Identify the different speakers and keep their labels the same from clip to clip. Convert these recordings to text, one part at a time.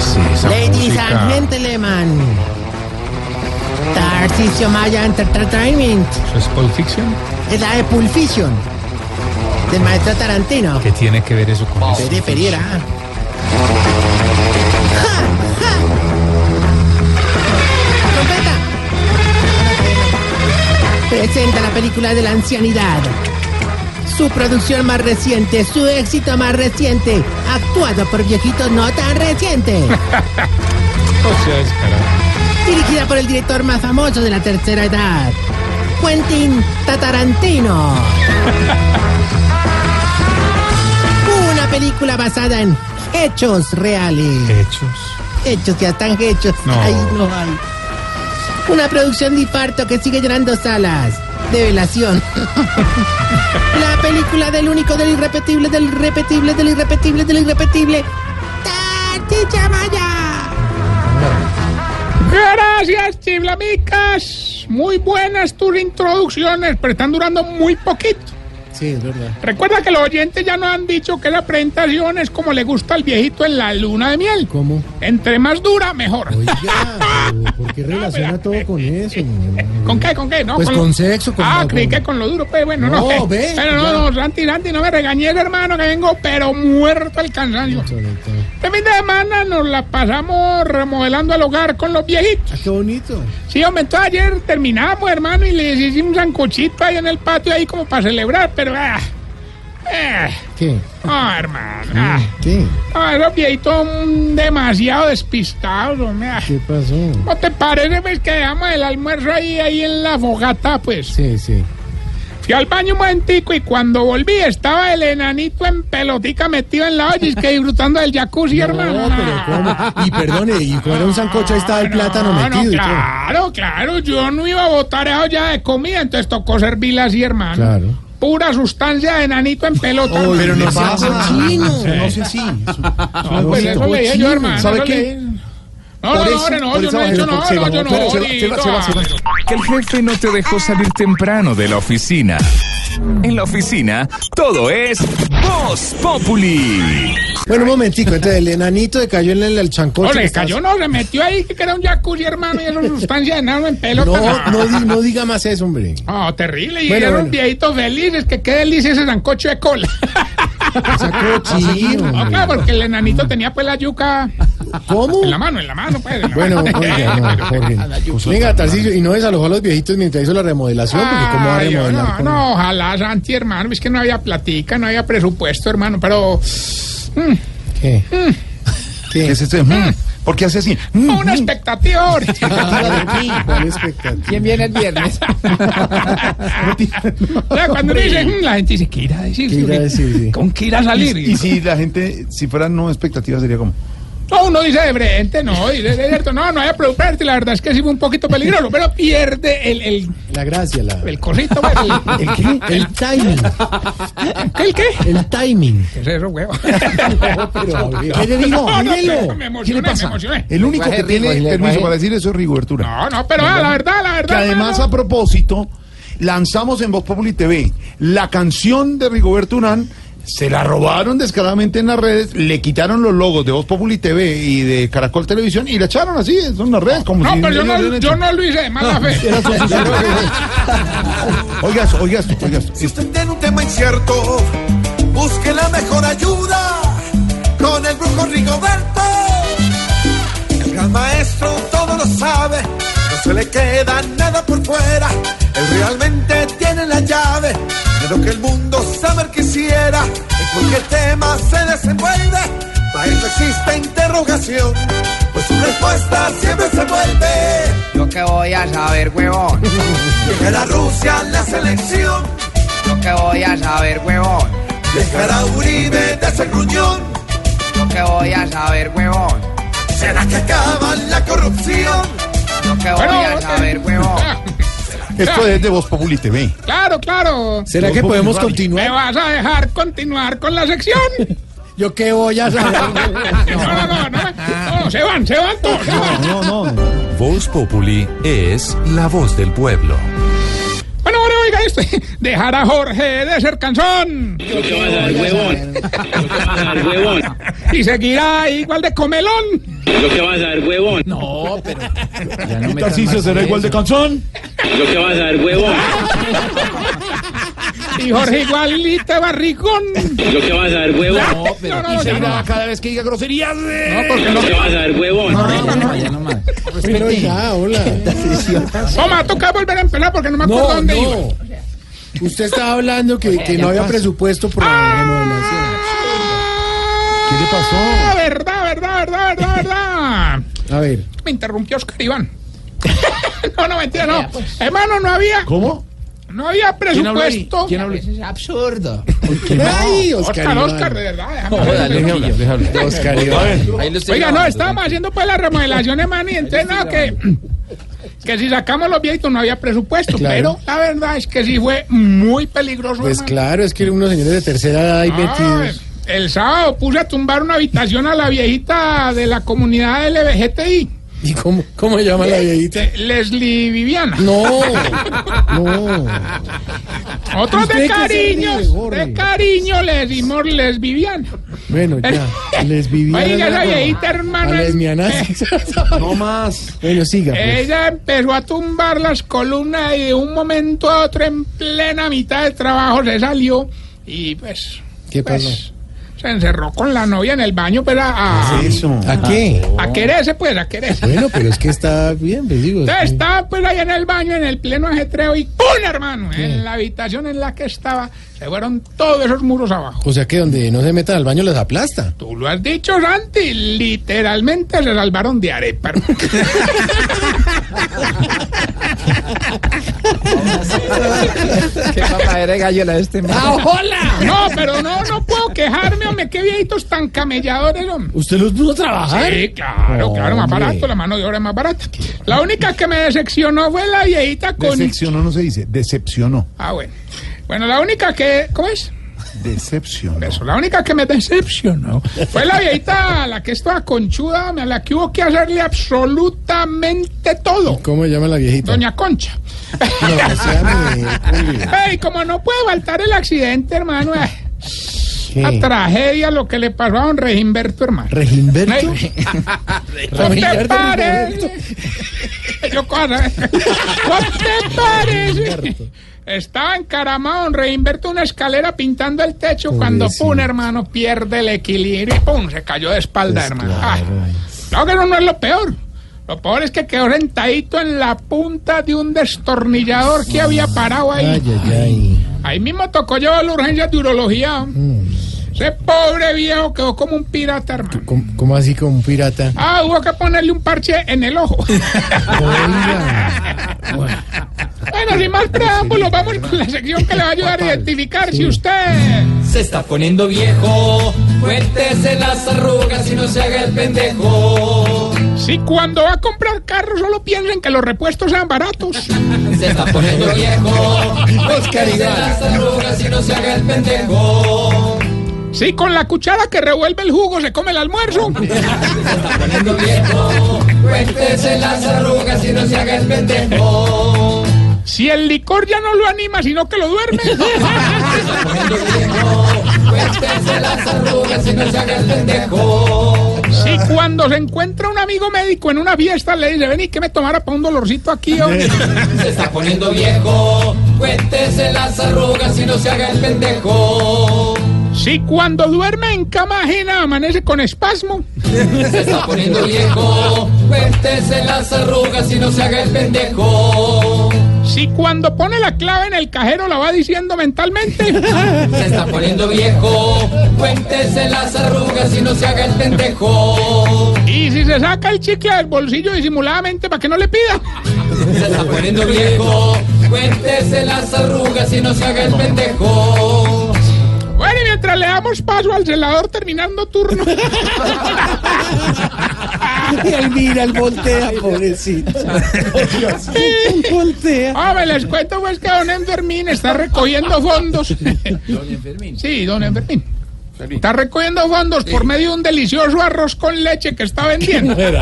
Speaker 1: Sí, esa
Speaker 2: Ladies
Speaker 1: música.
Speaker 2: and gentlemen, Tarcisio Maya Entertainment,
Speaker 1: ¿Eso es Pulp Fiction?
Speaker 2: es la de Pulfición, del maestro Tarantino.
Speaker 1: ¿Qué tiene que ver eso con eso?
Speaker 2: Pere Pereira. Ja, ja. Trompeta. Presenta la película de la ancianidad. Su producción más reciente, su éxito más reciente, actuado por viejitos no tan recientes.
Speaker 1: O sea, es cara.
Speaker 2: dirigida por el director más famoso de la tercera edad, Quentin Tatarantino. Una película basada en hechos reales,
Speaker 1: Hechos.
Speaker 2: hechos que ya están hechos.
Speaker 1: No.
Speaker 2: Ay, no, ay. Una producción de infarto que sigue llenando salas. Develación. la película del único, del irrepetible, del irrepetible, del irrepetible, del irrepetible. ¡Taticha Maya!
Speaker 3: Gracias, chiblamicas. Muy buenas tus introducciones, pero están durando muy poquito.
Speaker 2: Sí, es verdad.
Speaker 3: Recuerda que los oyentes ya nos han dicho que la presentación es como le gusta al viejito en la luna de miel.
Speaker 2: ¿Cómo?
Speaker 3: Entre más dura, mejor. pues
Speaker 2: Oiga, ¿por qué relaciona todo con eso?
Speaker 3: ¿Con qué? ¿Con qué? No,
Speaker 2: Pues
Speaker 3: lo-
Speaker 2: con sexo, con-
Speaker 3: Ah,
Speaker 2: con-
Speaker 3: creí que con lo duro, pero bueno, no.
Speaker 2: No,
Speaker 3: eh.
Speaker 2: ve,
Speaker 3: pero no,
Speaker 2: ya.
Speaker 3: no, Santi, Santi, no me regañes, hermano, que vengo, pero muerto al cansancio. Este fin de semana nos la pasamos remodelando el hogar con los viejitos.
Speaker 2: Ah, qué bonito.
Speaker 3: Sí, hombre, entonces ayer terminamos, hermano, y le hicimos un sancochito ahí en el patio, ahí como para celebrar, pero... Ah, eh,
Speaker 2: ¿Qué?
Speaker 3: ah, hermano, ah,
Speaker 2: ¿Qué?
Speaker 3: ah, esos viejitos mm, demasiado despistados, hombre. ah.
Speaker 2: ¿Qué pasó?
Speaker 3: ¿No te parece, pues, que dejamos el almuerzo ahí, ahí en la fogata, pues?
Speaker 2: Sí, sí.
Speaker 3: Fui al baño un momentico y cuando volví estaba el enanito en pelotica metido en la olla, y es que disfrutando del jacuzzi, hermano. Ah.
Speaker 2: Y perdone, y cuando era un sancocho ahí estaba el plátano
Speaker 3: No, no,
Speaker 2: metido. y todo.
Speaker 3: claro, claro, yo no iba a botar eso ya de comida, entonces tocó servirla así, hermano.
Speaker 2: Claro.
Speaker 3: Pura sustancia de enanito en pelota. hermano.
Speaker 1: Pero no
Speaker 2: Le
Speaker 1: sea
Speaker 2: cochino.
Speaker 1: No sé si.
Speaker 3: No, pues eso le dije yo, hermano.
Speaker 1: ¿Sabe
Speaker 3: eso
Speaker 1: qué?
Speaker 3: le dije. No, no,
Speaker 1: Por
Speaker 3: no,
Speaker 1: eso-
Speaker 3: hombre, no,
Speaker 1: por
Speaker 3: yo
Speaker 1: esa
Speaker 3: no he dicho
Speaker 1: vaina,
Speaker 3: no,
Speaker 1: se
Speaker 3: no,
Speaker 1: va,
Speaker 3: yo no,
Speaker 1: se va, se va, se va, se va.
Speaker 3: ahorita.
Speaker 4: Que el jefe no te dejó salir temprano de la oficina. En la oficina, todo es Voz Populi.
Speaker 1: Bueno, un momentico. Entonces, el enanito le cayó en el, el chancocho.
Speaker 3: No, le
Speaker 1: que estaba-
Speaker 3: cayó, no, se metió ahí que era un jacuzzi, hermano, y era sustancia de enano en pelota.
Speaker 1: No, no, di- no diga más eso, hombre.
Speaker 3: Oh, terrible, y
Speaker 1: Bueno,
Speaker 3: eran
Speaker 1: bueno.
Speaker 3: viejitos felices, que qué delicia ese sancocho de cola.
Speaker 1: Sacochino.
Speaker 5: Ah,
Speaker 3: No,
Speaker 1: hombre.
Speaker 3: claro, porque el enanito tenía pues la yuca
Speaker 1: ¿Cómo?
Speaker 3: en la mano, en la mano, pues. en la
Speaker 1: Bueno,
Speaker 3: mano.
Speaker 1: oiga, no, Jorge. Venga, Tarcillo, y no desalojó a los viejitos mientras hizo la remodelación, porque pues, cómo va a
Speaker 3: Ay, no,
Speaker 1: remodelar con...
Speaker 3: no, ojalá, Santi, hermano. Es que no había platica, no había presupuesto, hermano. Pero
Speaker 1: ¿Qué? ¿Qué?
Speaker 4: esto?
Speaker 5: Mm,
Speaker 4: ¿Por qué hace así?
Speaker 3: una expectativa ahora.
Speaker 1: ¿Cuál expectativa?
Speaker 2: ¿Quién viene el viernes?
Speaker 3: O sea, cuando uno dice, mm, la gente dice, ¿qué irá a decir?
Speaker 1: ¿Qué irá a decir, sí?
Speaker 3: ¿Con qué irá a salir?
Speaker 5: Y si la gente, si fueran no expectativas, sería como.
Speaker 3: No, uno dice de frente, no, dice, es cierto, no, no había preocuparte. La verdad es que sí fue un poquito peligroso, pero pierde el, el,
Speaker 1: La gracia, la...
Speaker 3: el cosito, güey, el,
Speaker 1: ¿El qué? El timing.
Speaker 3: ¿el qué?
Speaker 1: El timing.
Speaker 3: ¿Qué es eso, huevo?
Speaker 1: ¿Qué le digo?
Speaker 3: No, no,
Speaker 1: Mírelo.
Speaker 3: pero me emocioné, me emocioné.
Speaker 5: El único que tiene permiso para decir eso es Rigobertura.
Speaker 3: No, no, pero ah, la verdad, la verdad.
Speaker 5: Que además,
Speaker 3: hermano.
Speaker 5: a propósito, lanzamos en Voz Populi TV la canción de Rigoberto Urán. Se la robaron descaradamente en las redes, le quitaron los logos de Voz Populi TV y de Caracol Televisión y la echaron así, son las redes. Como
Speaker 3: No,
Speaker 5: si
Speaker 3: pero yo no,
Speaker 5: hubieran hecho.
Speaker 3: yo no lo hice de mala fe.
Speaker 5: Oiga esto, oiga esto, oiga esto.
Speaker 6: Si usted tiene un tema incierto, busque la mejor ayuda con el brujo Rigoberto. El gran maestro todo lo sabe, no se le queda nada por fuera. Él realmente tiene la llave de lo que el mundo saber quisiera. En cualquier tema se desenvuelve, para él no existe interrogación, pues su respuesta siempre se vuelve.
Speaker 2: Yo qué voy a saber, huevón.
Speaker 6: Llegará Rusia la selección.
Speaker 7: que voy a saber, huevón.
Speaker 6: Dejará Uribe de ser gruñón.
Speaker 7: Yo que voy a saber, huevón.
Speaker 6: ¿Será que acaba la corrupción?
Speaker 7: Yo que voy a saber, huevón.
Speaker 5: Esto es de Voz Populi TV.
Speaker 3: Claro, claro.
Speaker 1: ¿Será que podemos continuar?
Speaker 3: ¿Me vas a dejar continuar con la sección?
Speaker 1: ¿Yo qué voy a saber?
Speaker 3: No, no, no, no, no, se van, se van todos. se van.
Speaker 8: Voz Populi es la voz del pueblo.
Speaker 3: Bueno, bueno, oiga esto. Dejar a Jorge de ser canzón. Y seguirá igual de comelón.
Speaker 9: Lo que vas a ver, huevón.
Speaker 1: No, pero.
Speaker 5: ¿Y Tarcisio será igual de canzón?
Speaker 9: Lo que vas a ver, huevón.
Speaker 3: Y Jorge igualito de barrigón.
Speaker 9: Lo que vas a ver, huevón.
Speaker 3: No, no, ya no.
Speaker 5: cada vez que diga groserías. eh. No,
Speaker 9: Lo que vas a ver, huevón.
Speaker 1: Pero ya, hola.
Speaker 3: Toma, toca volver a empezar porque no me acuerdo
Speaker 1: No,
Speaker 3: dónde iba.
Speaker 1: no. Usted estaba hablando que, que no había presupuesto para la remodelación.
Speaker 5: ¿Qué le
Speaker 3: Ah,
Speaker 5: pasó?
Speaker 3: verdad, verdad, verdad, verdad, verdad.
Speaker 1: A ver.
Speaker 3: Me interrumpió Oscar Iván. no, no, mentira, no. Hermano, no había,
Speaker 5: ¿Cómo?
Speaker 3: no había presupuesto.
Speaker 2: Es absurdo.
Speaker 1: ¡Ay, Oscar!
Speaker 3: Oscar,
Speaker 1: Iván.
Speaker 3: Oscar, de verdad. déjame ver.
Speaker 5: hablar, déjame hablar.
Speaker 1: Oscar Iván.
Speaker 3: Oiga, no, estábamos haciendo pues las remodelaciones, man, y entonces nada, que, que si sacamos los viejitos no había presupuesto,
Speaker 1: Claro.
Speaker 3: pero la verdad es que sí fue muy peligroso,
Speaker 1: Pues
Speaker 3: hermano.
Speaker 1: claro, es que unos señores de tercera edad y
Speaker 3: Ay,
Speaker 1: metidos.
Speaker 3: el sábado puse a tumbar una habitación a la viejita de la comunidad LBGTI,
Speaker 1: ¿Y cómo, cómo se llama la viejita?
Speaker 3: de Leslie Viviana.
Speaker 1: No, no.
Speaker 3: Otros
Speaker 1: ¿Usted
Speaker 3: de
Speaker 1: qué se
Speaker 3: cariño,
Speaker 1: ríe, Jorge?
Speaker 3: de cariño le decimos lesbiviana.
Speaker 1: Bueno, ya. Les vivía.
Speaker 3: Oiga,
Speaker 1: la-
Speaker 3: esa viejita, hermano,
Speaker 1: A
Speaker 3: es-
Speaker 1: lesbianas.
Speaker 5: No más.
Speaker 1: bueno, siga. pues.
Speaker 3: Ella empezó a tumbar las columnas y de un momento a otro en plena mitad del trabajo se salió y pues...
Speaker 1: ¿Qué
Speaker 3: pues,
Speaker 1: pasó?
Speaker 3: Se encerró con la novia en el baño, pero a, a,
Speaker 5: Eso.
Speaker 1: ¿A qué?
Speaker 3: a quererse, pues, a quererse.
Speaker 1: Bueno, pero es que está bien, les digo.
Speaker 3: Entonces,
Speaker 1: sí.
Speaker 3: estaba pues ahí en el baño, en el pleno ajetreo y ¡pum! hermano, en la habitación en la que estaba, se fueron todos esos muros abajo.
Speaker 1: O sea que donde no se metan al baño les aplasta.
Speaker 3: Tú lo has dicho, Santi, literalmente se salvaron de arepa. hermano.
Speaker 7: Qué papadera de gallo la de este man.
Speaker 3: No, pero no, no puedo quejarme, hombre, qué viejitos tan camelladores, hombre.
Speaker 1: ¿Usted los pudo trabajar?
Speaker 3: Sí, claro, claro, más
Speaker 1: Hombre.
Speaker 3: barato, la mano de obra es más barata. La única que me decepcionó fue la viejita con...
Speaker 5: Decepcionó, no se dice. Decepcionó.
Speaker 3: Ah, bueno. Bueno, la única que... ¿Cómo es?
Speaker 5: Decepcionó.
Speaker 3: Eso, la única que me decepcionó fue la viejita, la que estaba conchuda, a la que hubo que hacerle absolutamente todo.
Speaker 1: ¿Cómo se llama la viejita?
Speaker 3: Doña Concha.
Speaker 1: No, o sea, ni- uy,
Speaker 3: Ey, como no puede faltar el accidente, hermano, eh,
Speaker 1: ¿qué?
Speaker 3: la tragedia, lo que le pasó a don Regimberto, hermano.
Speaker 1: ¿Regimberto?
Speaker 3: Ey, No te
Speaker 1: ¿Familiar de Regimberto?
Speaker 3: pares. Yo cosa. ¿eh? No te pares. Estaba encaramado don Reinberto una escalera pintando el techo cuando pum, hermano, pierde el equilibrio y pum, se cayó de
Speaker 10: Pues,
Speaker 3: espalda, hermano. Ay, Pues claro que eso no es lo peor. Lo peor es que quedó sentadito en la punta de un destornillador que había parado ahí.
Speaker 1: Ay, ay, ay.
Speaker 3: Ahí mismo tocó llevar la urgencia de urología. Ese pobre viejo quedó como un pirata, hermano.
Speaker 1: ¿Cómo, cómo así como un pirata?
Speaker 3: Ah, hubo que ponerle un parche en el ojo.
Speaker 1: Oiga.
Speaker 3: Bueno, sin más preámbulos, vamos con la sección que le va a ayudar a identificar si usted.
Speaker 10: Se está poniendo viejo, cuéntese las arrugas y no se haga el pendejo.
Speaker 3: Si cuando va a comprar carro solo piensen que los repuestos sean baratos.
Speaker 10: Se está poniendo viejo, cuéntese las arrugas y no se haga el pendejo.
Speaker 3: Si con la cuchara que revuelve el jugo se come el almuerzo.
Speaker 10: Poniendo viejo, cuéntese las arrugas y no se haga el pendejo.
Speaker 3: Si el licor ya no lo anima, sino que lo duerme.
Speaker 10: Poniendo viejo, cuéntese las arrugas y no se haga el pendejo.
Speaker 3: Si cuando se encuentra un amigo médico en una fiesta le dice, vení que me tomara para un dolorcito aquí. hombre".
Speaker 10: Se está poniendo viejo, cuéntese las arrugas y no se haga el pendejo.
Speaker 3: Si cuando duerme en cama ajena amanece con espasmo.
Speaker 10: Se está poniendo viejo, cuéntese las arrugas y no se haga el pendejo.
Speaker 3: Si cuando pone la clave en el cajero la va diciendo mentalmente.
Speaker 1: Se está poniendo viejo, cuéntese las arrugas y no se haga el pendejo.
Speaker 3: Y si se saca el chicle del bolsillo disimuladamente para que no le pida.
Speaker 1: Se está poniendo viejo, cuéntese las arrugas y no se haga el pendejo.
Speaker 3: Bueno, y mientras le damos paso al celador terminando turno.
Speaker 2: Ay, mira, el voltea, pobrecito.
Speaker 3: voltea. Ah, me les cuento pues que don Enfermín está recogiendo fondos. ¿Don Enfermín? Sí, don Enfermín. Está recogiendo fondos por medio de un delicioso arroz con leche que está vendiendo. El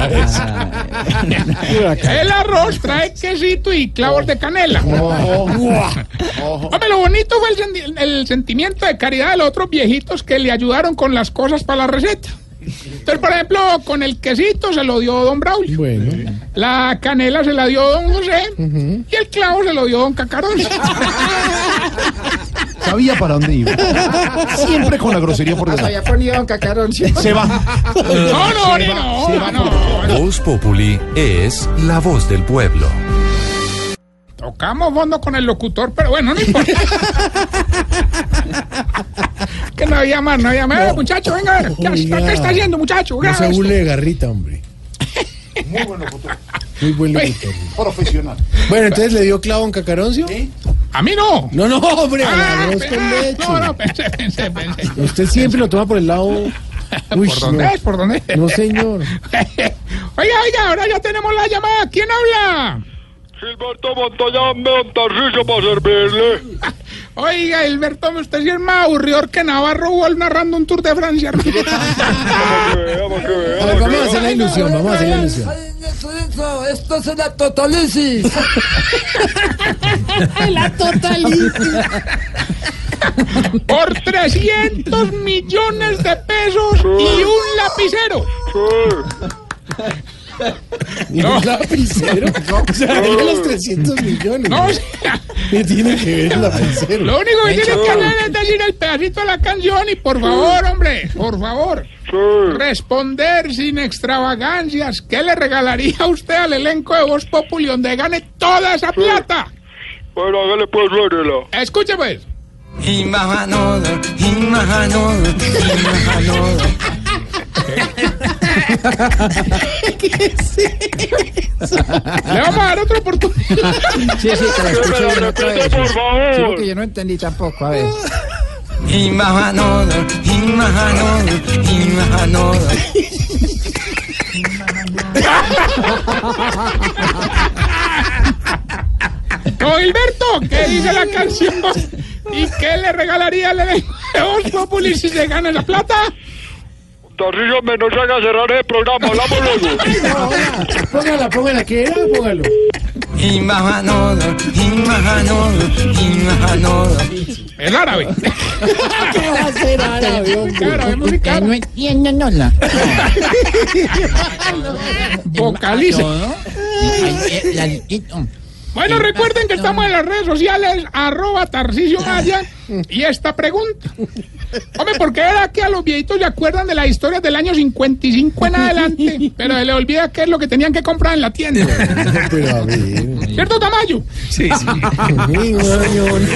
Speaker 3: arroz trae quesito y clavos de canela. Hombre, lo bonito fue el, sen- el sentimiento de caridad de los otros viejitos que le ayudaron con las cosas para la receta. Entonces, por ejemplo, con el quesito se lo dio don Braulio. La canela se la dio don José. Y el clavo se lo dio don Cacarón.
Speaker 11: Sabía para dónde iba. Siempre con la grosería por delante.
Speaker 12: Había ponido un cacarón.
Speaker 11: Se va.
Speaker 3: No, no, no, no, no.
Speaker 13: Voz Populi es la voz del pueblo.
Speaker 3: Tocamos fondo con el locutor, pero bueno, no importa. que no había más, no había más. Muchacho, venga, a ver, ¿qué,
Speaker 14: Oiga.
Speaker 3: qué está haciendo, muchacho?
Speaker 14: Oh, No
Speaker 3: Graba
Speaker 14: se
Speaker 3: esto.
Speaker 14: burle de garrita, hombre.
Speaker 11: Muy buen locutor.
Speaker 14: Muy buen locutor.
Speaker 11: Profesional.
Speaker 14: Bueno, entonces le dio clavo a un cacaroncio.
Speaker 3: A mí no.
Speaker 14: No, no, hombre. al
Speaker 3: Ah,
Speaker 14: arroz con
Speaker 3: ah,
Speaker 14: leche.
Speaker 3: No, no, pensé, pensé, pensé.
Speaker 14: Usted siempre lo toma por el lado. Uy,
Speaker 3: ¿Por dónde
Speaker 14: no.
Speaker 3: es? ¿Por dónde es?
Speaker 14: No, señor.
Speaker 3: Oiga, oiga, ahora ya tenemos la llamada. ¿Quién habla?
Speaker 4: Gilberto Montoya, me Tarcicio para servirle.
Speaker 3: Oiga, Hilberto, usted sí es más aburridor que Navarro Wall narrando un Tour de Francia.
Speaker 14: A ver, vamos a hacer la ilusión, vamos a hacer la ilusión.
Speaker 1: Esto es la totalisis.
Speaker 2: La totaliza.
Speaker 3: Por 300 millones de pesos y un lapicero.
Speaker 14: Y un lapicero. O sea, venga los 300 millones.
Speaker 3: No, o sea,
Speaker 14: ¿Qué tiene que ver el lapicero?
Speaker 3: Lo único que tienes que hacer es decir el pedacito de la canción y por favor, hombre, por favor, responder sin extravagancias. ¿Qué le regalaría a usted al elenco de Voz Populi donde gane toda esa plata?
Speaker 4: Bueno, hágale pues, suénela.
Speaker 3: Escuche pues.
Speaker 1: Y más anodo, y más anodo, y más anodo.
Speaker 2: ¿Qué es eso?
Speaker 3: Le vamos a dar otra oportunidad.
Speaker 12: Sí, sí, que la
Speaker 1: Que me
Speaker 12: escucho
Speaker 1: la
Speaker 12: bien otra
Speaker 1: repite,
Speaker 12: vez.
Speaker 1: por
Speaker 12: Sí,
Speaker 1: favor.
Speaker 12: sí, porque yo no entendí tampoco, a ver.
Speaker 1: Y más anodo, y más anodo, y más anodo.
Speaker 3: No, Gilberto, ¿qué dice la canción? ¿Y qué le regalaría al elenco de Voz Populi si se gana la plata?
Speaker 4: Tarcicio, me nos haga cerrar el programa. Hablamos luego.
Speaker 14: Póngala, póngala, ¿qué era? Póngalo.
Speaker 1: Y más anodo, y más anodo, y más anodo.
Speaker 3: El árabe.
Speaker 2: ¿Qué va a hacer árabe, hombre?
Speaker 3: Árabe, música árabe.
Speaker 12: No entiendo, no la.
Speaker 3: Vocalice.
Speaker 12: eh,
Speaker 3: Bueno, recuerden que estamos en las redes sociales, arroba Tarcisio Maya, y esta pregunta. Hombre, ¿por qué era que a los viejitos se acuerdan de las historias del año 55 en adelante, pero se les olvida qué es lo que tenían que comprar en la tienda?
Speaker 14: Pero a ver.
Speaker 3: ¿Cierto, Tamayo?
Speaker 15: Sí, sí.
Speaker 14: Ay, guañón.